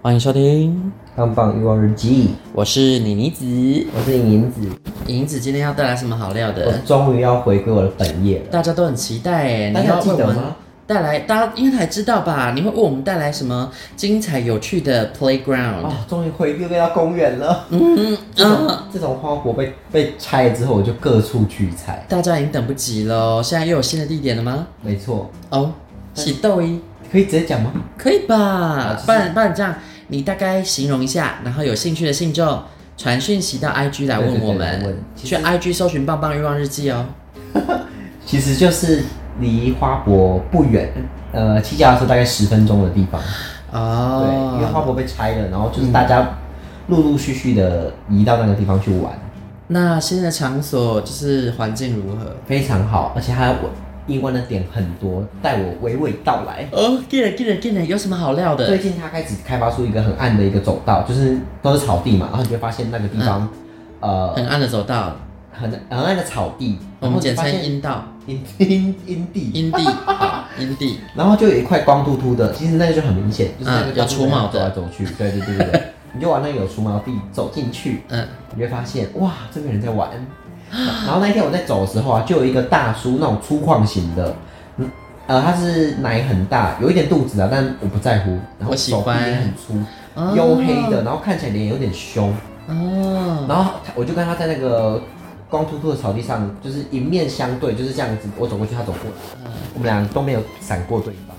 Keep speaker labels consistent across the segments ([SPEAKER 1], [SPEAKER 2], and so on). [SPEAKER 1] 欢迎收听，
[SPEAKER 2] 棒棒欲望日记，
[SPEAKER 1] 我是妮妮子。
[SPEAKER 2] 我是银银子，
[SPEAKER 1] 银子今天要带来什么好料
[SPEAKER 2] 我
[SPEAKER 1] 的？
[SPEAKER 2] 终于要回归我的本业了。
[SPEAKER 1] 大家都很期待哎，
[SPEAKER 2] 哦大
[SPEAKER 1] 你
[SPEAKER 2] 家
[SPEAKER 1] 要为
[SPEAKER 2] 记
[SPEAKER 1] 我
[SPEAKER 2] 得
[SPEAKER 1] 们
[SPEAKER 2] 吗
[SPEAKER 1] 带来，大家应该还知道吧？你会为我们带来什么精彩有趣的 playground？、
[SPEAKER 2] 哦，终于回归到公园了。嗯嗯，自从花博被被拆了之后，我就各处聚餐。
[SPEAKER 1] 大家已经等不及喽，现在又有新的地点了吗？
[SPEAKER 2] 没错，
[SPEAKER 1] 哦，喜豆一
[SPEAKER 2] 可以直接讲吗？
[SPEAKER 1] 可以吧
[SPEAKER 2] 就？是
[SPEAKER 1] 不然不然这样，你大概形容一下，然后有兴趣的信众传讯息到 IG 来
[SPEAKER 2] 对
[SPEAKER 1] 问
[SPEAKER 2] 对对
[SPEAKER 1] 我们，
[SPEAKER 2] 问其
[SPEAKER 1] 去 IG 搜寻“棒棒欲望日记”哦。
[SPEAKER 2] 其实就是离花博不远，呃，骑脚踏车大概十分钟的地方。对，
[SPEAKER 1] 哦，
[SPEAKER 2] 因为花博被拆了，然后就是大家陆陆续续的移到那个地方去玩，
[SPEAKER 1] 那新的场所就是环境如何？
[SPEAKER 2] 非常好，而且它我意外的点很多，带我娓娓道来。
[SPEAKER 1] 哦，进来进来进来，有什么好料
[SPEAKER 2] 最
[SPEAKER 1] 的？
[SPEAKER 2] 近它开始开发出一个很暗的一个走道，就是都是草地嘛，然后你就会发现那个地方，
[SPEAKER 1] 很
[SPEAKER 2] 呃，
[SPEAKER 1] 暗的走道，
[SPEAKER 2] 很很暗的草地，
[SPEAKER 1] 嗯我
[SPEAKER 2] 然
[SPEAKER 1] 们
[SPEAKER 2] 后就
[SPEAKER 1] 简
[SPEAKER 2] 发
[SPEAKER 1] 称
[SPEAKER 2] 现
[SPEAKER 1] 阴道、
[SPEAKER 2] 阴阴阴地，
[SPEAKER 1] 阴地、好阴地。
[SPEAKER 2] 然后就有一块光秃秃的，其实那个就很明显，就是那
[SPEAKER 1] 嗯
[SPEAKER 2] 个
[SPEAKER 1] 有除毛
[SPEAKER 2] 走
[SPEAKER 1] 的
[SPEAKER 2] 来走去，对对对对对，你就往那个有除毛地走进去，
[SPEAKER 1] 嗯，
[SPEAKER 2] 你会发现哇，这边有人在玩。然后那一天我在走的时候啊，就有一个大叔那种粗犷型的，嗯，呃，他是奶很大，有一点肚子啊，但我不在乎。然
[SPEAKER 1] 我
[SPEAKER 2] 后
[SPEAKER 1] 喜
[SPEAKER 2] 手臂
[SPEAKER 1] 欢
[SPEAKER 2] 也很粗，
[SPEAKER 1] 哦
[SPEAKER 2] 黝黑的，然后看起来脸有点凶。
[SPEAKER 1] 哦，
[SPEAKER 2] 然后他我就跟他在那个光秃秃的草地上，就是迎面相对，就是这样子，我走过去，他走过
[SPEAKER 1] 嗯
[SPEAKER 2] 来，我们俩都没有闪过对方，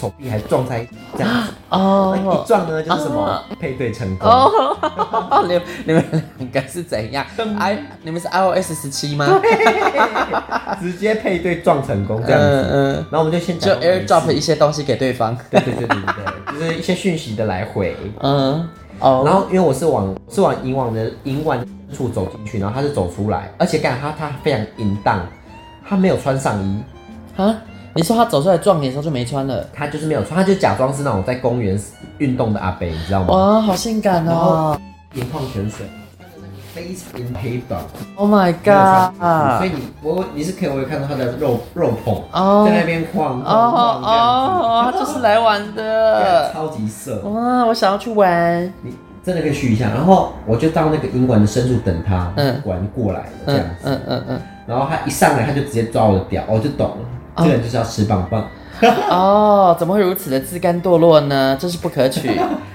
[SPEAKER 2] 手臂还撞在一起，这样子。哎一
[SPEAKER 1] 哦，
[SPEAKER 2] 撞呢，就是什么配对成功。
[SPEAKER 1] 哦，你你们两个是怎样？i
[SPEAKER 2] 哎
[SPEAKER 1] 你们是 iOS 十七吗？
[SPEAKER 2] 直接配对撞成功这样子。
[SPEAKER 1] 嗯嗯，
[SPEAKER 2] 然后我们就先
[SPEAKER 1] 就
[SPEAKER 2] 假装没事
[SPEAKER 1] AirDrop 一些东西给对方。
[SPEAKER 2] 对对对对对，对就是一些讯息的来回。
[SPEAKER 1] 嗯，哦，
[SPEAKER 2] 然后因为我是往是往银网的银网处走进去，然后他是走出来，而且干他他非常淫荡，他没有穿上衣，
[SPEAKER 1] 啊，你说他走出来撞你的时候就没穿了？
[SPEAKER 2] 他就是没有穿，他就假装是那种在公园运动的阿伯，你知道吗？
[SPEAKER 1] 哇，好性感
[SPEAKER 2] 然
[SPEAKER 1] 哦
[SPEAKER 2] 后眼眶泉水，非常黑白，
[SPEAKER 1] ！Oh my
[SPEAKER 2] 没有穿衣服
[SPEAKER 1] god！
[SPEAKER 2] 所以你我你是可以我有看到他的肉肉捧
[SPEAKER 1] 哦
[SPEAKER 2] 在那边晃晃
[SPEAKER 1] 哦
[SPEAKER 2] 晃这样子
[SPEAKER 1] 哦，他就是来玩
[SPEAKER 2] 干
[SPEAKER 1] 的。
[SPEAKER 2] 超级色。
[SPEAKER 1] 哇，我想要去玩。
[SPEAKER 2] 你真的可以去一下。然后我就到那个英馆的深处等他，
[SPEAKER 1] 嗯
[SPEAKER 2] 嗯，管过来了这样
[SPEAKER 1] 嗯
[SPEAKER 2] 子。
[SPEAKER 1] 嗯嗯嗯。
[SPEAKER 2] 然后他一上来他就直接抓我的屌，我就懂了，这个人就是要吃棒棒。
[SPEAKER 1] 哦，怎么会如此的自甘堕落呢？这是不可取。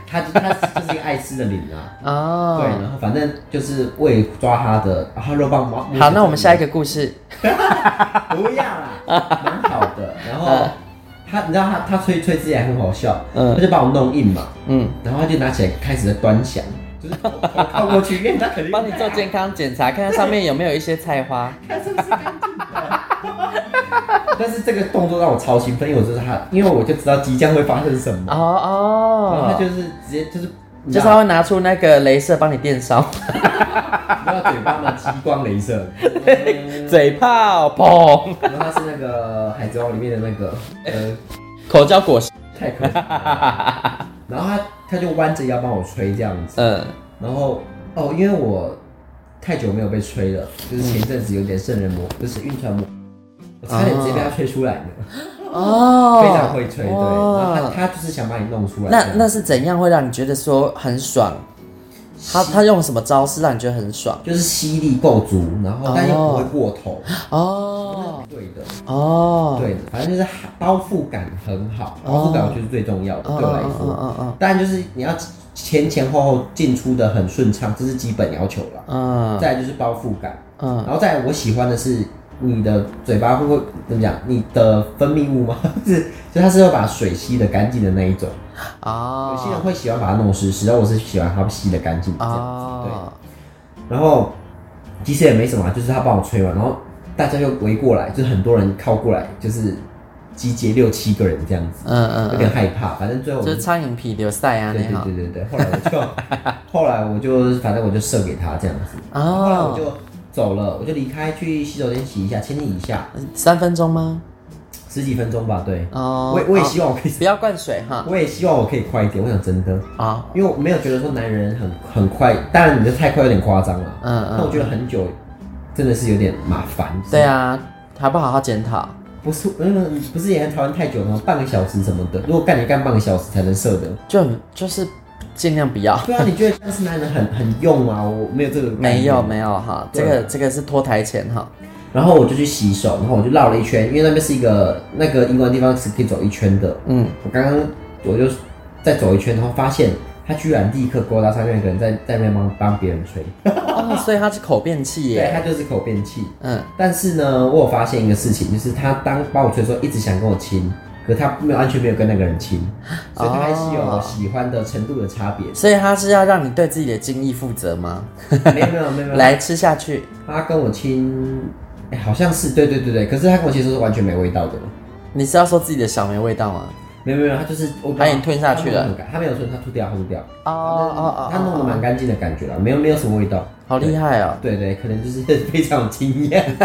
[SPEAKER 2] 他就他 就是一个爱吃的脸啊。对，
[SPEAKER 1] 哦。
[SPEAKER 2] 然后反正就是我也抓他的，然后肉棒毛。
[SPEAKER 1] 好，那我们下一
[SPEAKER 2] 个
[SPEAKER 1] 个故事。
[SPEAKER 2] 不要啦，蛮好的。然 后他你知道他他吹吹自己还很好笑，
[SPEAKER 1] 嗯
[SPEAKER 2] 他就把我弄硬嘛，
[SPEAKER 1] 嗯，
[SPEAKER 2] 然后他就拿起来开始在端详， 就是我我靠过去，因为他肯定
[SPEAKER 1] 帮你做健康检查，看看上面有没有一些菜花。
[SPEAKER 2] 但是这个动作让我超兴奋，因为我知道他，因为我就知道即将会发生什么。
[SPEAKER 1] 哦
[SPEAKER 2] 然后他
[SPEAKER 1] 哦
[SPEAKER 2] 就。是直接就是，你知
[SPEAKER 1] 就是他
[SPEAKER 2] 道
[SPEAKER 1] 会拿出那个镭射帮你电烧，
[SPEAKER 2] 你知道嘴巴嘛，激光镭射，
[SPEAKER 1] 嘴炮砰，
[SPEAKER 2] 然后他是那个《海贼王》里面的那 个，呃，
[SPEAKER 1] 口交果实。
[SPEAKER 2] 太可怕了。然后他他就弯着腰帮我吹这样子，
[SPEAKER 1] 嗯，
[SPEAKER 2] 然后哦，因为我太久没有被吹了，就是前阵子有点圣人魔，就是晕船魔，我差点直接被他吹出来呢，
[SPEAKER 1] 哦
[SPEAKER 2] 非常会吹，对。然后
[SPEAKER 1] 哇
[SPEAKER 2] 他他就是想把你弄出来这
[SPEAKER 1] 那
[SPEAKER 2] 样子，
[SPEAKER 1] 那是怎样会让你觉得说很爽？他他用什么招式让你觉得很爽？
[SPEAKER 2] 就是吸力够足，然后但又不会过头，
[SPEAKER 1] 哦
[SPEAKER 2] 对的，
[SPEAKER 1] 哦，
[SPEAKER 2] 对的，反正就是包覆感很好，包覆感我觉得是最重要的，
[SPEAKER 1] 哦
[SPEAKER 2] 对我来
[SPEAKER 1] 哦哦哦
[SPEAKER 2] 说
[SPEAKER 1] 哦，
[SPEAKER 2] 当然就是你要前前后后进出的很顺畅，这是基本要求啦。
[SPEAKER 1] 嗯
[SPEAKER 2] 再来就是包覆感，然
[SPEAKER 1] 嗯，
[SPEAKER 2] 后再来我喜欢的是你的嘴巴会不会怎么讲？你的分泌物吗？ 是，就它是要把水吸的干净的那一种。有些人
[SPEAKER 1] 哦
[SPEAKER 2] 会喜欢把它弄湿湿，但我是喜欢它吸的干净的这样子。
[SPEAKER 1] 哦，
[SPEAKER 2] 对，然后其实也没什么啊，就是他帮我吹完，然后大家又围过来，就是很多人靠过来，就是集结六七个人这样子，
[SPEAKER 1] 嗯嗯
[SPEAKER 2] 有点
[SPEAKER 1] 嗯，
[SPEAKER 2] 害怕。反正最后我
[SPEAKER 1] 就
[SPEAKER 2] 就是
[SPEAKER 1] 苍蝇皮流赛啊
[SPEAKER 2] 对
[SPEAKER 1] 那
[SPEAKER 2] 对
[SPEAKER 1] 好
[SPEAKER 2] 对对对，后来我就后来我就反正我就射给他这样子。后来我
[SPEAKER 1] 哦，
[SPEAKER 2] 就走了，我就离开去洗手间洗一下，清理一下，
[SPEAKER 1] 三分钟吗？
[SPEAKER 2] 十几分钟吧。对，
[SPEAKER 1] 哦，
[SPEAKER 2] 我也我也
[SPEAKER 1] 哦
[SPEAKER 2] 希望我可以，
[SPEAKER 1] 不要灌水哈。
[SPEAKER 2] 我也希望我可以快一点。我想真的，
[SPEAKER 1] 啊，
[SPEAKER 2] 因为我没有觉得说男人很很快，当然你的太快有点夸张了。
[SPEAKER 1] 嗯
[SPEAKER 2] 但我
[SPEAKER 1] 嗯，
[SPEAKER 2] 觉得很久真的是有点麻烦。
[SPEAKER 1] 对，啊，还不好好检讨。
[SPEAKER 2] 不是，嗯，不是也很讨厌太久吗？半个小时什么的，如果干你干半个小时才能射的，
[SPEAKER 1] 就很就是尽量不要。
[SPEAKER 2] 对啊，你觉得当时男人很很用啊？我没有这个概念
[SPEAKER 1] 没有没有哈，这
[SPEAKER 2] 对
[SPEAKER 1] 个这个是脱台前哈。
[SPEAKER 2] 然后我就去洗手，然后我就绕了一圈，因为那边是一个那个英文地方是可以走一圈的。
[SPEAKER 1] 嗯，
[SPEAKER 2] 我刚刚我就再走一圈，然后发现他居然立刻勾搭上面一个人在在那边帮帮别人吹，
[SPEAKER 1] 哦，所以它是口变器
[SPEAKER 2] 对他
[SPEAKER 1] 耶。
[SPEAKER 2] 就是口变器。
[SPEAKER 1] 嗯，
[SPEAKER 2] 但是呢，我有发现一个事情，就是他当帮我吹的时候一直想跟我亲，可是他没有完全没有跟那个人亲，
[SPEAKER 1] 啊
[SPEAKER 2] 所以他还是有喜欢的程度的差别。
[SPEAKER 1] 所以它是要让你对自己的精液负责吗？
[SPEAKER 2] 没有没有没有，没有
[SPEAKER 1] 来吃下去。
[SPEAKER 2] 他跟我亲，哎、好像是对对对对，可是他跟我亲哎的时候是完全没味道的。
[SPEAKER 1] 你是要说自己的小没味道吗？
[SPEAKER 2] 没有没有，他就是我
[SPEAKER 1] 他已经哎吞下去了
[SPEAKER 2] 他弄得很干他没有吞，他吐掉，他吐掉。
[SPEAKER 1] 哦哦
[SPEAKER 2] 他弄得蛮干净的感觉啦，没有没有什么味道。
[SPEAKER 1] 好厉害哦！
[SPEAKER 2] 对对，可能就是非常有经验。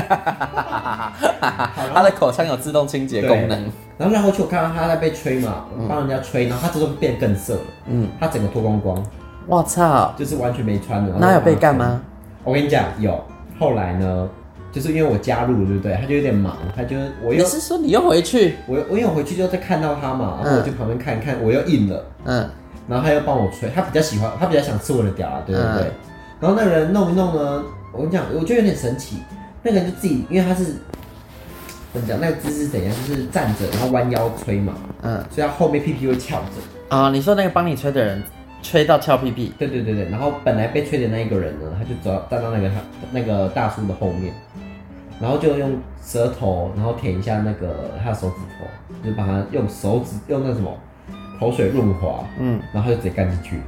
[SPEAKER 1] 它的口腔有自动清洁功能。
[SPEAKER 2] 然后绕过去，我看到他在被吹嘛，
[SPEAKER 1] 嗯
[SPEAKER 2] 我帮人家吹，然后他这时候变更色了，嗯，他整个脱光光，
[SPEAKER 1] 我操，
[SPEAKER 2] 就是完全没穿的。然后
[SPEAKER 1] 那有被干吗？
[SPEAKER 2] 我跟你讲，有。后来呢，就是因为我加入了，对不对？他就有点忙，他就我
[SPEAKER 1] 你
[SPEAKER 2] 又
[SPEAKER 1] 是嗯说你又回去？
[SPEAKER 2] 我又我因为我回去之后再看到他嘛，然后我去旁边看一看，我又硬了。
[SPEAKER 1] 嗯
[SPEAKER 2] 然后他又帮我吹，他比较喜欢，他比较想吃我的屌啊，对对对。
[SPEAKER 1] 嗯
[SPEAKER 2] 然后那个人弄一弄呢，我跟你讲，我觉得有点神奇，那个人就自己，因为他是怎么讲，那个姿势怎样，就是站着然后弯腰吹嘛，
[SPEAKER 1] 嗯。
[SPEAKER 2] 所以他后面屁屁会翘着。
[SPEAKER 1] 啊，你说那个帮你吹的人吹到翘屁屁，
[SPEAKER 2] 对对对对，然后本来被吹的那一个人呢，他就走到站到那个他那个大叔的后面，然后就用舌头，然后舔一下那个他的手指头，就是把他用手指用那什么口水润滑，
[SPEAKER 1] 嗯，
[SPEAKER 2] 然后他就直接干进去，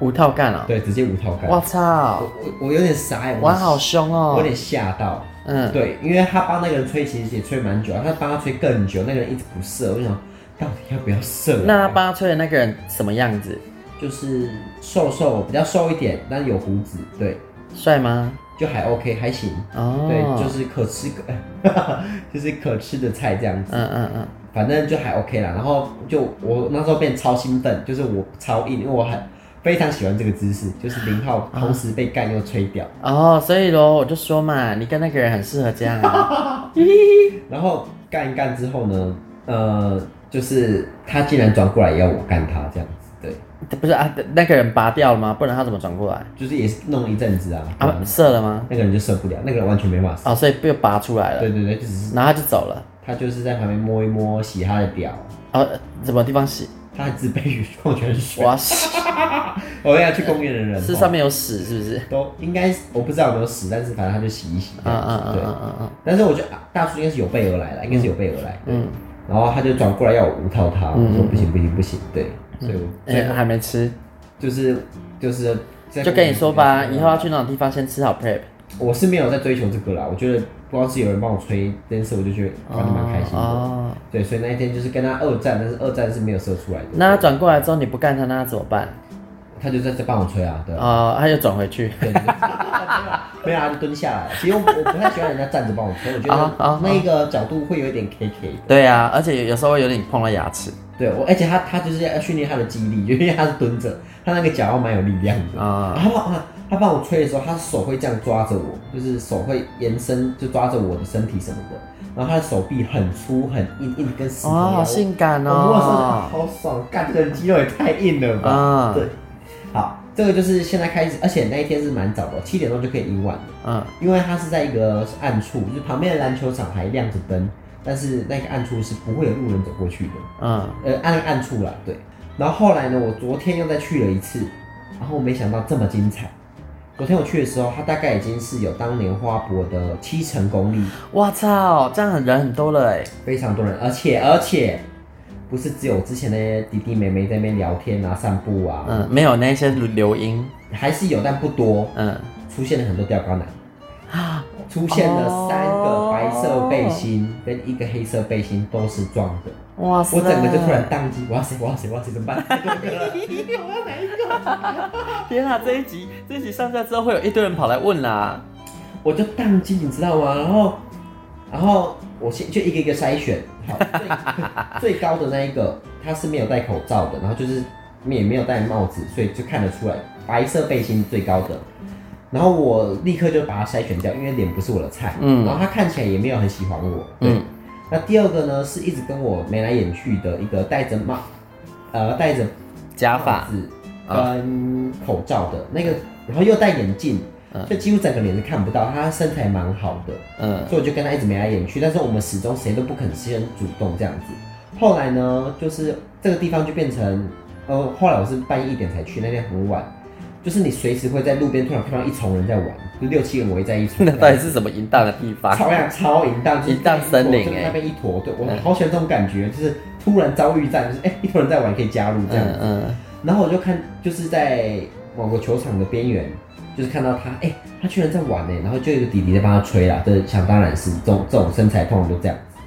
[SPEAKER 1] 无套干了。
[SPEAKER 2] 对，直接无套干。
[SPEAKER 1] 我操，
[SPEAKER 2] 我我我有点傻欸眼，我
[SPEAKER 1] 玩好凶
[SPEAKER 2] 我有
[SPEAKER 1] 哦。
[SPEAKER 2] 点吓到。
[SPEAKER 1] 嗯，
[SPEAKER 2] 对，因为他帮那个人吹，其实也吹蛮久，他帮他吹更久，那个人一直不射，我就想到底要不要射啊？
[SPEAKER 1] 那他帮他吹的那个人什么样子？
[SPEAKER 2] 就是瘦瘦，比较瘦一点，但有胡子，对，
[SPEAKER 1] 帅吗？
[SPEAKER 2] 就还 OK，还行。
[SPEAKER 1] 哦，
[SPEAKER 2] 对，就是可 吃可，就是可吃的菜这样子，
[SPEAKER 1] 嗯嗯嗯，
[SPEAKER 2] 反正就还 OK 啦。然后就我那时候变超兴奋，就是我超硬，因为我很非常喜欢这个姿势，就是零号同时被干又吹掉。
[SPEAKER 1] 哦，所以咯，我就说嘛，你跟那个人很适合这样啊。
[SPEAKER 2] 然后干一干之后呢，呃，就是他竟然转过来要我干他这样子，对，
[SPEAKER 1] 不是啊，那个人拔掉了吗？不然他怎么转过来？
[SPEAKER 2] 就是也是弄了一阵子啊，
[SPEAKER 1] 啊，射了吗？
[SPEAKER 2] 那个人就受不了，那个人完全没办法射，
[SPEAKER 1] 哦，所以又拔出来了
[SPEAKER 2] 对，对对，就只是
[SPEAKER 1] 然后他就走了。
[SPEAKER 2] 他就是在旁边摸一摸，洗他的屌，
[SPEAKER 1] 哦，什么地方洗？
[SPEAKER 2] 他还自备 鱼矿泉水，
[SPEAKER 1] 哇，是
[SPEAKER 2] 我要去公园的人
[SPEAKER 1] 是
[SPEAKER 2] 哦
[SPEAKER 1] 上面有屎是不是？
[SPEAKER 2] 都应该是我不知道有没有死，但是反正他就洗一洗这
[SPEAKER 1] 啊
[SPEAKER 2] 样
[SPEAKER 1] 啊
[SPEAKER 2] 子，
[SPEAKER 1] 啊
[SPEAKER 2] 对，
[SPEAKER 1] 啊啊啊！
[SPEAKER 2] 但是我觉得啊大叔应该是有备而来的，应该是有备而来，
[SPEAKER 1] 嗯，
[SPEAKER 2] 然后他就转过来要我无套他，我说不行不行不行，对，所以我
[SPEAKER 1] 哎，还没吃，
[SPEAKER 2] 就是就是在
[SPEAKER 1] 就跟你说吧，以后要
[SPEAKER 2] 去。
[SPEAKER 1] 去那种地方先吃好 prep。
[SPEAKER 2] 我是没有在追求这个啦，我觉得光是有人帮我吹这件事，我就觉得玩的蛮开心的。
[SPEAKER 1] 哦，哦
[SPEAKER 2] 对，所以那一天就是跟他二战，但是二战是没有射出来的。
[SPEAKER 1] 那他转过来之后你不干他，那他怎么办？
[SPEAKER 2] 他就在这帮我吹啊，对啊，
[SPEAKER 1] 哦，他又转回去。
[SPEAKER 2] 对，就是 没有啊，就蹲下来。其实我我不太喜欢人家站着帮我吹，我觉
[SPEAKER 1] 啊啊啊
[SPEAKER 2] 得那一个角度会有一点 K K 的。
[SPEAKER 1] 对啊，而且有时候会有点碰到牙齿。
[SPEAKER 2] 对我，而且他他就是要训练他的肌力，因为他是蹲着，他那个脚要蛮有力量的
[SPEAKER 1] 啊
[SPEAKER 2] 他帮啊他帮我吹的时候，他手会这样抓着我，就是手会延伸，就抓着我的身体什么的。然后他的手臂很粗很硬，硬得跟石头一样。
[SPEAKER 1] 哇，好性感
[SPEAKER 2] 我摸的时候就啊
[SPEAKER 1] 哦！
[SPEAKER 2] 好爽，干这个人肌肉也太硬了吧？
[SPEAKER 1] 啊
[SPEAKER 2] 对，好，这个就是现在开始，而且那一天是蛮早的，七点钟就可以迎晚了，
[SPEAKER 1] 嗯，
[SPEAKER 2] 因为它是在一个暗处，就是旁边的篮球场还亮着灯，但是那个暗处是不会有路人走过去的，
[SPEAKER 1] 嗯，
[SPEAKER 2] 呃，暗暗处啦，对。然后后来呢，我昨天又再去了一次，然后没想到这么精彩。昨天我去的时候，它大概已经是有当年花博的七成功力，
[SPEAKER 1] 哇操，这样人很多了哎，
[SPEAKER 2] 非常多人，而且而且不是只有之前那些弟弟妹妹在那边聊天啊、散步啊，
[SPEAKER 1] 嗯，没有那些流音，
[SPEAKER 2] 还是有但不多，
[SPEAKER 1] 嗯，
[SPEAKER 2] 出现了很多吊高男，
[SPEAKER 1] 啊，
[SPEAKER 2] 出现了三个
[SPEAKER 1] 哦
[SPEAKER 2] 白色背心跟一个黑色背心都是撞的，
[SPEAKER 1] 哇塞，
[SPEAKER 2] 我整个就突然宕机，我要谁？我要谁？我要谁？怎么办？
[SPEAKER 1] 天啊，这一集这一集上架之后会有一堆人跑来问啊啦，
[SPEAKER 2] 我就宕机，你知道吗？然后，然后我先就一个一个筛选，好，最最高的那一个他是没有戴口罩的，然后就是也没有戴帽子，所以就看得出来白色背心是最高的。然后我立刻就把他筛选掉，因为脸不是我的菜。
[SPEAKER 1] 嗯
[SPEAKER 2] 然后他看起来也没有很喜欢我。对。
[SPEAKER 1] 嗯
[SPEAKER 2] 那第二个呢，是一直跟我眉来眼去的一个戴着帽，呃，戴着
[SPEAKER 1] 假发
[SPEAKER 2] 帽子跟呃口罩的那个，然后又戴眼镜，
[SPEAKER 1] 嗯
[SPEAKER 2] 就几乎整个脸是看不到。他身材蛮好的，
[SPEAKER 1] 嗯
[SPEAKER 2] 所以我就跟他一直眉来眼去，但是我们始终谁都不肯先主动这样子。后来呢，就是这个地方就变成，呃，后来我是半夜一点才去，那天很晚，就是你随时会在路边突然看到一丛人在玩，就六七个人围在一起
[SPEAKER 1] ，那到底是什么淫荡的地方？
[SPEAKER 2] 超像超淫荡，就是
[SPEAKER 1] 淫荡森林
[SPEAKER 2] 就是
[SPEAKER 1] 欸
[SPEAKER 2] 那边一坨，对我
[SPEAKER 1] 嗯
[SPEAKER 2] 好喜欢这种感觉，就是突然遭遇战，就是哎、一坨人在玩可以加入这样
[SPEAKER 1] 嗯
[SPEAKER 2] 子。
[SPEAKER 1] 嗯，
[SPEAKER 2] 然后我就看，就是在某个球场的边缘，就是看到他，哎、他居然在玩呢、然后就有一个弟弟在帮他吹啦，这想当然是这种这种身材通常都这样子。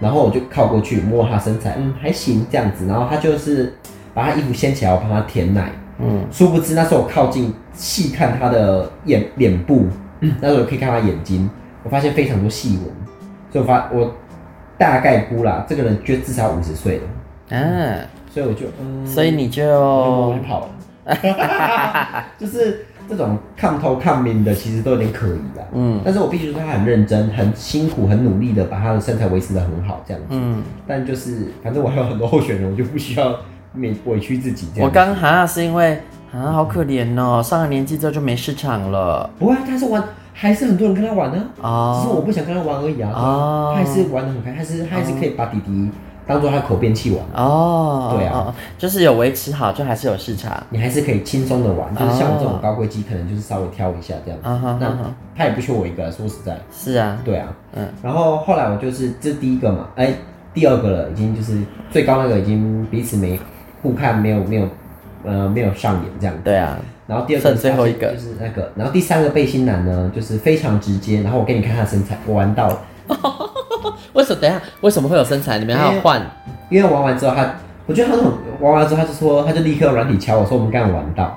[SPEAKER 2] 然后我就靠过去摸他身材，嗯，还行这样子。然后他就是把他衣服掀起来，我帮他舔奶。
[SPEAKER 1] 嗯，
[SPEAKER 2] 殊不知那时候我靠近细看他的眼脸部，嗯那时候我可以看他眼睛，我发现非常多细纹，所以我发我大概估啦，这个人就至少五十岁了，
[SPEAKER 1] 啊，
[SPEAKER 2] 所以我就嗯，
[SPEAKER 1] 所以你就哦
[SPEAKER 2] 我就
[SPEAKER 1] 嗯
[SPEAKER 2] 跑 了，就是这种抗头抗命的，其实都有点可疑啦。
[SPEAKER 1] 嗯
[SPEAKER 2] 但是我必须说他很认真、很辛苦、很努力的把他的身材维持的很好，这样子。
[SPEAKER 1] 嗯，
[SPEAKER 2] 但就是反正我还有很多候选人，我就不需要委委屈自己这样。
[SPEAKER 1] 我刚哈是因为啊好可怜哦，上了年纪之后就没市场了
[SPEAKER 2] 不会啊，他是玩，还是很多人跟他玩呢、只是我
[SPEAKER 1] 哦，
[SPEAKER 2] 不想跟他玩而已啊。
[SPEAKER 1] 哦
[SPEAKER 2] 他还是玩的很开，他还是他还是可以把弟弟当做他的口边器玩，
[SPEAKER 1] 哦，
[SPEAKER 2] 对啊
[SPEAKER 1] 哦，就是有维持好，就还是有市场
[SPEAKER 2] 你还是可以轻松的玩。就是像我这种
[SPEAKER 1] 哦
[SPEAKER 2] 高贵机，可能就是稍微挑一下这样子。
[SPEAKER 1] 啊哈哈
[SPEAKER 2] 那
[SPEAKER 1] 哈，
[SPEAKER 2] 他也不缺我一个，说实在，
[SPEAKER 1] 是啊，
[SPEAKER 2] 对啊。
[SPEAKER 1] 嗯
[SPEAKER 2] 然后后来我就是这第一个嘛，哎、第二个了，已经就是最高那个已经彼此没互看，没有没有呃没有上演这样。
[SPEAKER 1] 对啊，
[SPEAKER 2] 然后第二个
[SPEAKER 1] 剩最后一个
[SPEAKER 2] 就是那个，然后第三个背心男呢，就是非常直接。然后我给你看他的身材，我玩到了，
[SPEAKER 1] 为什么？等一下为什么会有身材？你们还
[SPEAKER 2] 因
[SPEAKER 1] 要
[SPEAKER 2] 为
[SPEAKER 1] 换？
[SPEAKER 2] 因为玩完之后他，我觉得他那种玩完之后他就说，他就立刻软体敲我说我们刚刚玩 到，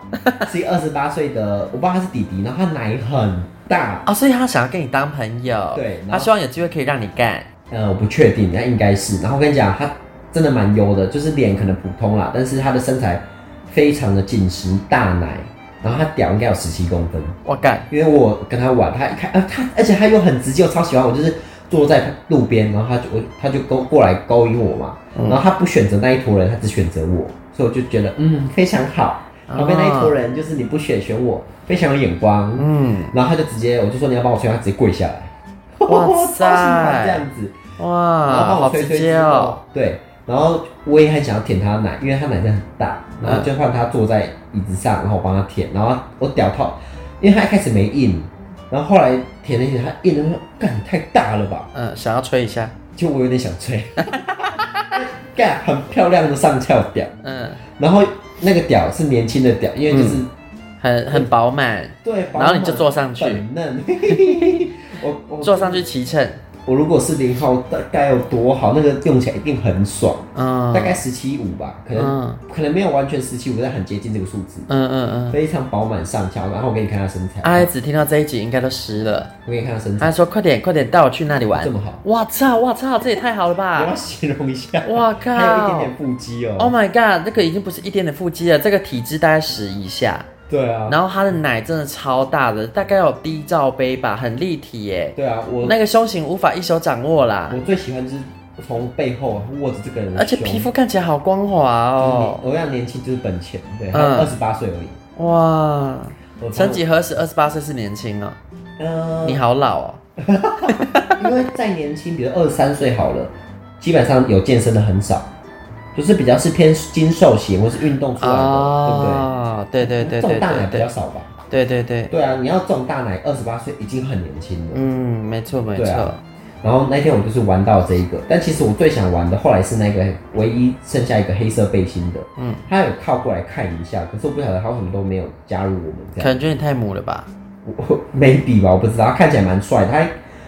[SPEAKER 2] 是一个二十八岁的，我不知道他是弟弟，然后他奶很大，
[SPEAKER 1] 哦，所以他想要跟你当朋友，
[SPEAKER 2] 对然后
[SPEAKER 1] 他希望有机会可以让你干，
[SPEAKER 2] 呃，我不确定，那应该是。然后我跟你讲，他真的蛮优的，就是脸可能普通啦，但是他的身材非常的紧实，大奶，然后他屌应该有十七公分。
[SPEAKER 1] 我干，
[SPEAKER 2] 因为我跟他玩，他一看，啊，他而且他又很直接，我超喜欢我，就是坐在路边，然后他就我他就勾过来勾引我嘛，然后他不选择那一坨人，他只选择我，所以我就觉得嗯非常好。旁边那一坨人就是你不选选我，非常有眼光，
[SPEAKER 1] 嗯，
[SPEAKER 2] 然后他就直接我就说你要帮我吹，他直接跪下来，
[SPEAKER 1] 哇
[SPEAKER 2] 超喜欢
[SPEAKER 1] 塞
[SPEAKER 2] 这样子，然
[SPEAKER 1] 哇，
[SPEAKER 2] 后帮
[SPEAKER 1] 啊好
[SPEAKER 2] 我吹
[SPEAKER 1] 直
[SPEAKER 2] 吹
[SPEAKER 1] 接
[SPEAKER 2] 之
[SPEAKER 1] 哦
[SPEAKER 2] 后，，对，然后我也很想要舔他的奶，因为他奶真的很大，然
[SPEAKER 1] 嗯
[SPEAKER 2] 后就换他坐在椅子上，然后我帮他舔，然后我屌套，因为他一开始没硬，然后后来舔了一舔，他硬了，说干你太大了吧，
[SPEAKER 1] 嗯，想要吹一下，
[SPEAKER 2] 就我有点想吹， 干很漂亮的上翘屌，
[SPEAKER 1] 嗯，
[SPEAKER 2] 然后那个屌是年轻的屌，因为就是、
[SPEAKER 1] 很很饱满，
[SPEAKER 2] 对，饱
[SPEAKER 1] 嗯然后你
[SPEAKER 2] 满
[SPEAKER 1] 就坐上去
[SPEAKER 2] 粉 嫩，嘿嘿嘿嘿我我
[SPEAKER 1] 坐上去骑乘，
[SPEAKER 2] 我如果是零号，大概有多好，那个用起来一定很爽。
[SPEAKER 1] 嗯，
[SPEAKER 2] 大概十七五吧，可能、
[SPEAKER 1] 嗯
[SPEAKER 2] 可能没有完全十七五，但很接近这个数字，
[SPEAKER 1] 嗯嗯嗯，
[SPEAKER 2] 非常饱满上翘。然后我给你看他身材，
[SPEAKER 1] 阿姨子听到这一集应该都湿了，
[SPEAKER 2] 我给你看他身材，
[SPEAKER 1] 他说快点快点带我去那里玩
[SPEAKER 2] 这，么好，
[SPEAKER 1] 哇操哇操，这也太好
[SPEAKER 2] 我
[SPEAKER 1] 了
[SPEAKER 2] 要
[SPEAKER 1] 吧
[SPEAKER 2] 形容一下，
[SPEAKER 1] 哎哇靠
[SPEAKER 2] 还有一点点腹肌哦。
[SPEAKER 1] ！Oh my god，这个已经不是一点点腹肌了，这个体脂大概十以下，
[SPEAKER 2] 对啊，
[SPEAKER 1] 然后他的奶真的超大的，大概有低罩杯吧，很立体耶，
[SPEAKER 2] 对啊，我
[SPEAKER 1] 那个胸型无法一手掌握啦
[SPEAKER 2] 我，最喜欢就是从背后啊握着这个人的
[SPEAKER 1] 而且
[SPEAKER 2] 胸
[SPEAKER 1] 皮肤看起来好光滑
[SPEAKER 2] 就是
[SPEAKER 1] 哦
[SPEAKER 2] 年。我要年轻就是本钱，对，
[SPEAKER 1] 嗯
[SPEAKER 2] 他二十八岁而已，
[SPEAKER 1] 哇，
[SPEAKER 2] 我
[SPEAKER 1] 曾几何时二十八岁是年轻啊、
[SPEAKER 2] 呃，
[SPEAKER 1] 你好老哦。
[SPEAKER 2] 因为再年轻，比如二三岁好了，基本上有健身的很少，就是比较是偏精瘦型或是运动出来的，
[SPEAKER 1] 哦，对
[SPEAKER 2] 啊对
[SPEAKER 1] 对
[SPEAKER 2] 不对？
[SPEAKER 1] 对
[SPEAKER 2] 重
[SPEAKER 1] 对
[SPEAKER 2] 大奶
[SPEAKER 1] 对
[SPEAKER 2] 比较
[SPEAKER 1] 对
[SPEAKER 2] 少吧？
[SPEAKER 1] 对对对，
[SPEAKER 2] 对啊，你要重大奶，二十八岁已经很年轻了。
[SPEAKER 1] 嗯，没错没
[SPEAKER 2] 对
[SPEAKER 1] 错
[SPEAKER 2] 啊。然后那天我就是玩到这一个，但其实我最想玩的后来是那个唯一剩下一个黑色背心的，
[SPEAKER 1] 嗯
[SPEAKER 2] 嗯，他有靠过来看一下，可是我不晓得他为什么都没有加入我们这
[SPEAKER 1] 可
[SPEAKER 2] 样
[SPEAKER 1] 能觉得你太母了吧？
[SPEAKER 2] 我 ，maybe 吧，我不知道，他看起来蛮帅的，他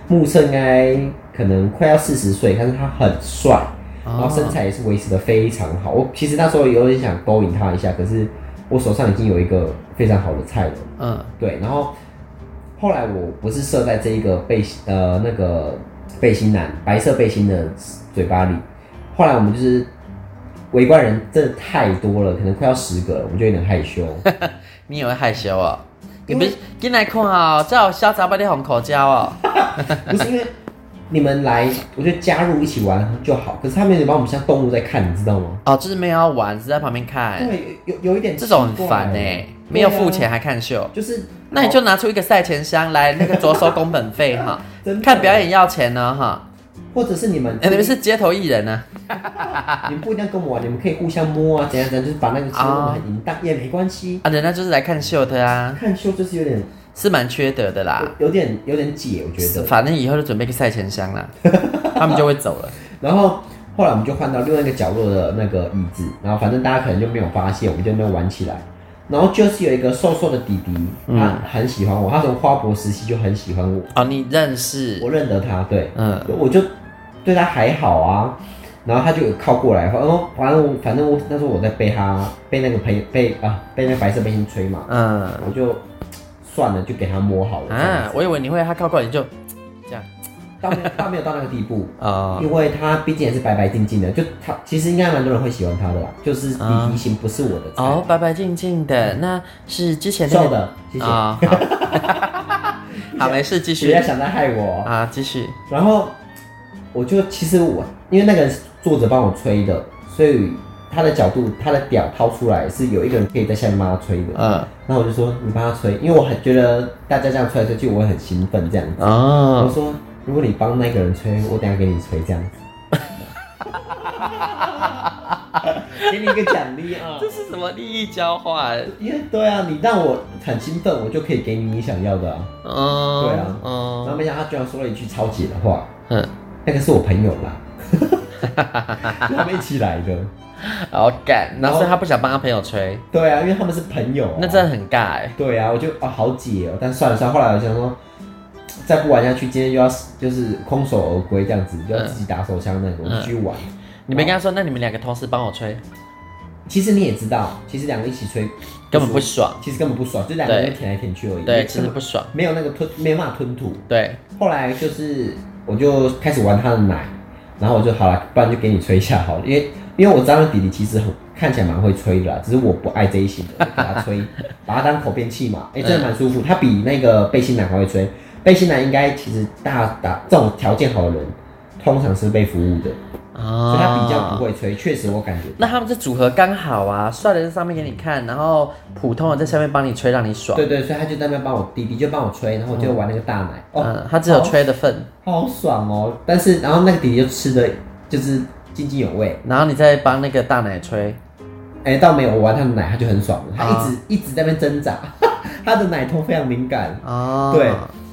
[SPEAKER 2] 目测应该可能快要四十岁，但是他很帅，然后
[SPEAKER 1] 哦
[SPEAKER 2] 身材也是维持的非常好。我其实那时候有点想勾引他一下，可是我手上已经有一个非常好的菜了，
[SPEAKER 1] 嗯，
[SPEAKER 2] 对，然后后来我不是射在这一个背心呃那个背心男白色背心的嘴巴里，后来我们就是围观人真的太多了，可能快要十个了，我们就有点害羞。
[SPEAKER 1] 你也会害羞哦？你
[SPEAKER 2] 因
[SPEAKER 1] 不
[SPEAKER 2] 为
[SPEAKER 1] 是进来看哦，这有潇洒把你红口交哦。
[SPEAKER 2] 不是因为你们来，我觉得加入一起玩就好，可是他们有点把我们像动物在看，你知道吗？
[SPEAKER 1] 哦，就是没有要玩，只是在旁边看，
[SPEAKER 2] 对，有有有一点
[SPEAKER 1] 这种很烦
[SPEAKER 2] 哎、
[SPEAKER 1] 哎、没有付钱还看秀。
[SPEAKER 2] 啊就是哦
[SPEAKER 1] 那你就拿出一个赛前箱来，那个着收工本 费哈
[SPEAKER 2] 真的，
[SPEAKER 1] 看表演要钱呢哈。
[SPEAKER 2] 或者是你们，
[SPEAKER 1] 哎、你们是街头艺人啊呢、
[SPEAKER 2] 你们不一定要跟我玩，你们可以互相摸啊，怎样怎样，就是把那个气氛弄得
[SPEAKER 1] 哦
[SPEAKER 2] 很淫荡、也没关系。
[SPEAKER 1] 啊？人家就是来看秀的啊，
[SPEAKER 2] 看秀就是有点
[SPEAKER 1] 是蛮缺德的啦。
[SPEAKER 2] 有点有点解，我觉
[SPEAKER 1] 是
[SPEAKER 2] 得。
[SPEAKER 1] 反正以后就准备个赛前箱啦， 他们就会走了。
[SPEAKER 2] 然后后来我们就换到另外一个角落的那个椅子，然后反正大家可能就没有发现，我们就没有玩起来。然后就是有一个瘦瘦的弟弟，他很喜欢我，他从花博时期就很喜欢我，
[SPEAKER 1] 哦，你认识
[SPEAKER 2] 我？认得他，对，
[SPEAKER 1] 嗯，
[SPEAKER 2] 我就对他还好啊。然后他就有靠过来，然后反正我反正我那时候我在被他被那个朋友被啊被那个白色背心吹嘛，
[SPEAKER 1] 嗯
[SPEAKER 2] 我就算了，就给他摸好了。
[SPEAKER 1] 啊
[SPEAKER 2] 啊，，
[SPEAKER 1] 我以为你会他靠过来你就这样
[SPEAKER 2] 倒没有倒没有到那个地步，
[SPEAKER 1] 啊、
[SPEAKER 2] 因为他毕竟也是白白净净的，就他其实应该蛮多人会喜欢他的啦，就是弟弟型不是我的菜，
[SPEAKER 1] 哦，白白净净的，那是之前那
[SPEAKER 2] 瘦
[SPEAKER 1] 个
[SPEAKER 2] 的，谢谢，
[SPEAKER 1] 啊、好， 好，没事，继
[SPEAKER 2] 不
[SPEAKER 1] 续
[SPEAKER 2] 要想他害我。哦
[SPEAKER 1] 啊，继续，
[SPEAKER 2] 然后我就其实我因为那个人是作者帮我吹的，所以他的角度他的屌掏出来是有一个人可以在下面帮他吹的，
[SPEAKER 1] 嗯，
[SPEAKER 2] 然后我就说你帮他吹，因为我很觉得大家这样吹来吹去我会很兴奋这样子，我
[SPEAKER 1] 哦，
[SPEAKER 2] 说如果你帮那个人吹，我等一下给你吹这样子。 给你一个奖励啊！
[SPEAKER 1] 这是什么利益交换？
[SPEAKER 2] 因为对啊，你让我很兴奋，我就可以给你你想要的啊。
[SPEAKER 1] 嗯，
[SPEAKER 2] 对啊然后
[SPEAKER 1] 嗯，
[SPEAKER 2] 没想到他居然说了一句超级的话，
[SPEAKER 1] 嗯，
[SPEAKER 2] 那个是我朋友 啦，他们一起来的。
[SPEAKER 1] 好干，然
[SPEAKER 2] 然
[SPEAKER 1] 后
[SPEAKER 2] 后
[SPEAKER 1] 所以他不想帮他朋友吹，
[SPEAKER 2] 对啊，因为他们是朋友、啊，
[SPEAKER 1] 那真的很尬哎、
[SPEAKER 2] 对啊，我就啊好解哦，但算了算了，后来我想说，再不玩下去，今天就要就是空手而归这样
[SPEAKER 1] 嗯
[SPEAKER 2] 子，就要自己打手枪那种，我就继续玩。
[SPEAKER 1] 你没
[SPEAKER 2] 哦
[SPEAKER 1] 跟他说，那你们两个同时帮我吹，
[SPEAKER 2] 其实你也知道，其实两个一起吹
[SPEAKER 1] 根本不爽，
[SPEAKER 2] 其实根本不爽，就两个
[SPEAKER 1] 对
[SPEAKER 2] 人舔来舔去而已。
[SPEAKER 1] 对，
[SPEAKER 2] 没
[SPEAKER 1] 其实不爽，
[SPEAKER 2] 没有那个吞，没有办法吞吐。
[SPEAKER 1] 对，
[SPEAKER 2] 后来就是我就开始玩他的奶，然后我就好了，不然就给你吹一下好了，因为因为我知道那弟弟其实很看起来蛮会吹的啦，只是我不爱这一型的，我就给他吹，把他当口边气 嘛，哎、真的蛮舒服。他比那个背心男还会吹，背心男应该其实大打这种条件好的人，通常是被服务的，所
[SPEAKER 1] 啊
[SPEAKER 2] 以他比较不。会吹，确实我感觉。
[SPEAKER 1] 那他们这组合刚好啊，帅的在上面给你看，然后普通的在下面帮你吹，让你爽。
[SPEAKER 2] 对对，所以他就在那边帮我弟弟就帮我吹，然后我就玩那个大奶， 哦，
[SPEAKER 1] 嗯，他只有吹的份，
[SPEAKER 2] 好爽哦！但是然后那个弟弟就吃的就是津津有味，
[SPEAKER 1] 然后你再帮那个大奶吹。
[SPEAKER 2] 哎、倒没有，我玩他的奶，他就很爽了，他
[SPEAKER 1] 啊
[SPEAKER 2] 一直、一直在那边挣扎， 他的奶头非常敏感。
[SPEAKER 1] 哦，
[SPEAKER 2] 对，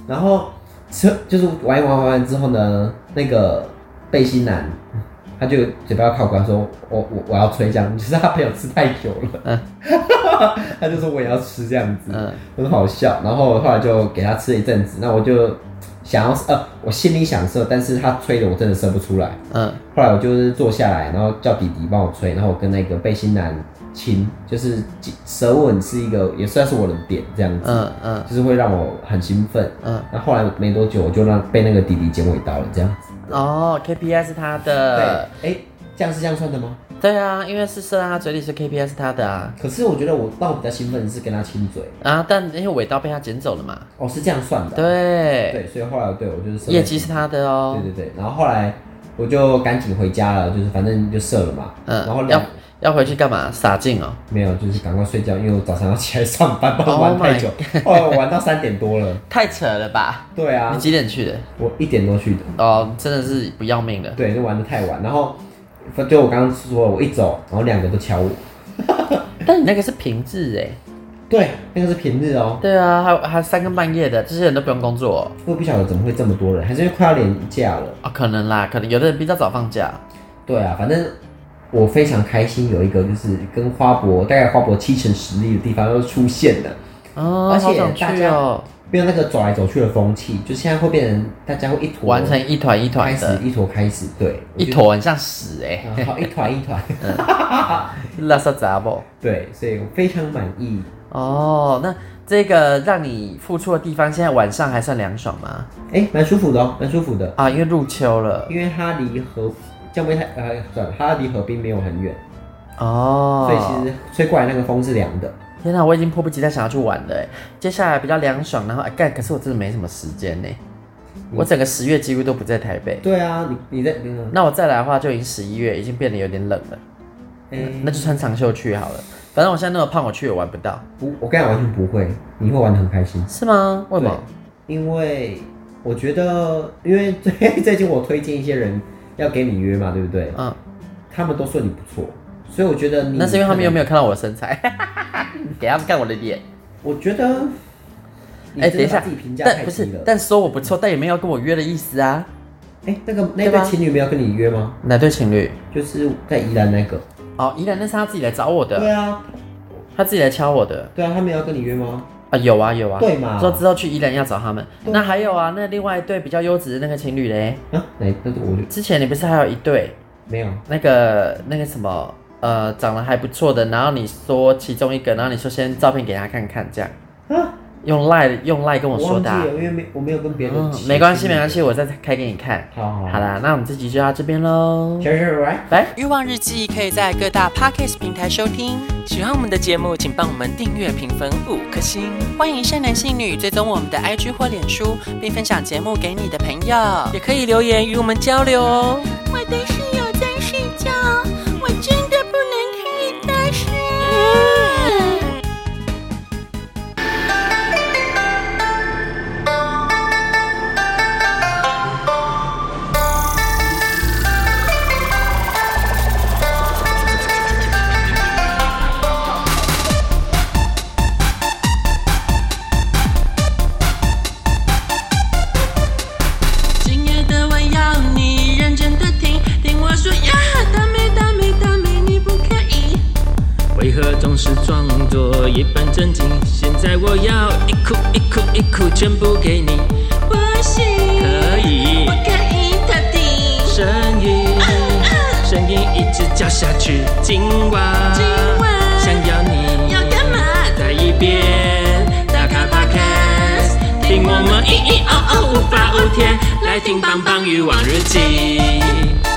[SPEAKER 2] 然后吃就是玩一玩玩完之后呢，那个背心男他就嘴巴靠过来说，我我我要吹这样，就是他朋友吃太久了， 他就说我也要吃这样子，
[SPEAKER 1] 嗯
[SPEAKER 2] 很好笑。然后后来就给他吃了一阵子，那我就想要呃，我心里想射，但是他吹的我真的射不出来。
[SPEAKER 1] 嗯，
[SPEAKER 2] 后来我就是坐下来，然后叫弟弟帮我吹，然后我跟那个背心男亲，就是舌吻是一个也算是我的点这样子，
[SPEAKER 1] 嗯嗯
[SPEAKER 2] 就是会让我很兴奋。
[SPEAKER 1] 嗯，
[SPEAKER 2] 那后来没多久，我就让被那个弟弟剪尾刀了，这样子。
[SPEAKER 1] 哦，KPI 是他的，
[SPEAKER 2] 对，哎、这样是这样算的吗？
[SPEAKER 1] 对啊，因为是射到他嘴里，所以 KPI 是他的啊
[SPEAKER 2] 可是我觉得我让我比较兴奋的是跟他亲嘴，
[SPEAKER 1] 啊，但因为尾刀被他捡走了嘛，
[SPEAKER 2] 哦，是这样算的。
[SPEAKER 1] 对，
[SPEAKER 2] 对，所以后来对我就是射了
[SPEAKER 1] 业绩是他的哦
[SPEAKER 2] 对，对对，然后后来我就赶紧回家了，就是反正就射了嘛。
[SPEAKER 1] 嗯
[SPEAKER 2] 然后，
[SPEAKER 1] 要
[SPEAKER 2] 两
[SPEAKER 1] 要回去干嘛？撒劲哦！
[SPEAKER 2] 没有，就是赶快睡觉，因为我早上要起来上班，不然
[SPEAKER 1] Oh
[SPEAKER 2] 玩太
[SPEAKER 1] my
[SPEAKER 2] 久，哦，玩到三点多了。
[SPEAKER 1] 太扯了吧！
[SPEAKER 2] 对啊
[SPEAKER 1] 你，几点去的？
[SPEAKER 2] 我一点多去的，
[SPEAKER 1] 哦，真的是不要命的。
[SPEAKER 2] 对，就玩的太晚，然后就我刚刚说了，我一走，然后两个都敲我，
[SPEAKER 1] 但你那个是平日哎。
[SPEAKER 2] 对，那个是平日哦，
[SPEAKER 1] 对啊，还有还有三更半夜的，这些人都不用工作哦
[SPEAKER 2] 我不晓得怎么会这么多人，还是因为快要年假了。
[SPEAKER 1] 哦可能啦，可能有的人比较早放假。
[SPEAKER 2] 对啊，反正我非常开心，有一个就是跟花博大概花博七成实力的地方又出现了，
[SPEAKER 1] 哦，
[SPEAKER 2] 而且
[SPEAKER 1] 好想
[SPEAKER 2] 大
[SPEAKER 1] 去
[SPEAKER 2] 家
[SPEAKER 1] 哦，
[SPEAKER 2] 没有那个走来走去的风气，就现在会变成大家会一坨
[SPEAKER 1] 完成一团一
[SPEAKER 2] 开
[SPEAKER 1] 团
[SPEAKER 2] 始
[SPEAKER 1] 的，
[SPEAKER 2] 一坨开始，对，我
[SPEAKER 1] 一
[SPEAKER 2] 觉得
[SPEAKER 1] 坨很像屎哎、
[SPEAKER 2] 啊 好一团一团，
[SPEAKER 1] 垃圾杂不？
[SPEAKER 2] 对，所以我非常满意。
[SPEAKER 1] 哦，那这个让你付出的地方，现在晚上还算凉爽吗？
[SPEAKER 2] 哎，蛮舒服的哦，蛮舒服的，
[SPEAKER 1] 啊，因为入秋了
[SPEAKER 2] 因为它离河江边太呃，算了，它离河滨没有很远，
[SPEAKER 1] 哦，
[SPEAKER 2] 所以其实吹过来那个风是凉的。
[SPEAKER 1] 天哪，我已经迫不及待想要去玩了哎。接下来比较凉爽，然后哎干，可是我真的没什么时间呢。我整个十月几乎都不在台北，
[SPEAKER 2] 对啊，你你在嗯
[SPEAKER 1] 那我再来的话就已经十一月，已经变得有点冷了，
[SPEAKER 2] 哎，
[SPEAKER 1] 那就穿长袖去好了。反正我现在那么胖，我去也玩不到，
[SPEAKER 2] 不，我跟你讲完全不会，你会玩的很开心。
[SPEAKER 1] 是吗？为什么？
[SPEAKER 2] 因为我觉得，因为最 最近我推荐一些人要给你约嘛，对不对？
[SPEAKER 1] 嗯，
[SPEAKER 2] 他们都说你不错，所以我觉得你
[SPEAKER 1] 那是因为他们有没
[SPEAKER 2] 有？
[SPEAKER 1] 有看到我的身材？ 给他们看我的脸。
[SPEAKER 2] 我觉得，
[SPEAKER 1] 哎、等一下
[SPEAKER 2] 自己评，价
[SPEAKER 1] 但
[SPEAKER 2] 太
[SPEAKER 1] 不
[SPEAKER 2] 低
[SPEAKER 1] 是
[SPEAKER 2] 了，。
[SPEAKER 1] 但说我不错，但也没有跟我约的意思啊。
[SPEAKER 2] 哎、那个那
[SPEAKER 1] 对吧
[SPEAKER 2] 对情侣没有跟你约吗？
[SPEAKER 1] 哪对情侣？
[SPEAKER 2] 就是在宜兰那个。
[SPEAKER 1] 哦，依然那是他自己来找我
[SPEAKER 2] 对
[SPEAKER 1] 的，
[SPEAKER 2] 啊，
[SPEAKER 1] 他自己来敲我的
[SPEAKER 2] 对啊，他们有要跟你约吗？
[SPEAKER 1] 啊，有啊有啊。
[SPEAKER 2] 对嘛
[SPEAKER 1] 说之后去依然要找他们。
[SPEAKER 2] 嗯
[SPEAKER 1] 那还有啊，那另外一对比较优质的那个情侣嘞，
[SPEAKER 2] 啊，哪？那个我就
[SPEAKER 1] 之前你不是还有一对
[SPEAKER 2] 没有。
[SPEAKER 1] 那个那个什么呃长得还不错的，然后你说其中一个，然后你说先照片给他看看这样，
[SPEAKER 2] 啊，
[SPEAKER 1] 用赖用赖跟我
[SPEAKER 2] 我
[SPEAKER 1] 说
[SPEAKER 2] 忘记
[SPEAKER 1] 的啊、
[SPEAKER 2] 了，因为没我没有跟别的、
[SPEAKER 1] 嗯，没关系没关系，。我再开给你看。
[SPEAKER 2] 好好
[SPEAKER 1] 好，啦，那我们这集就到这边喽，
[SPEAKER 2] 小小来。
[SPEAKER 1] 拜。
[SPEAKER 3] 欲望日记可以在各大 podcast 平台收听。喜欢我们的节目，请帮我们订阅、评分五颗星。欢迎善男信女追踪我们的 IG 或脸书，并分享节目给你的朋友，也可以留言与我们交流哦。
[SPEAKER 4] 我的室友在睡觉，我真的不能看大声。亲爱的，我要你认真的听，听我说呀，大美大美大美，你不可以。
[SPEAKER 3] 为何总是装作一本正经？现在我要一哭一哭一哭，全部给你，
[SPEAKER 4] 不行，
[SPEAKER 3] 可以
[SPEAKER 4] 不可以特地。
[SPEAKER 3] 声音，声音一直叫下去，今晚，
[SPEAKER 4] 今晚
[SPEAKER 3] 想要你，
[SPEAKER 4] 要干嘛？
[SPEAKER 3] 再一遍，打开 Podcast，听我们咿咿哦哦无法无天，来听棒棒鱼往日记。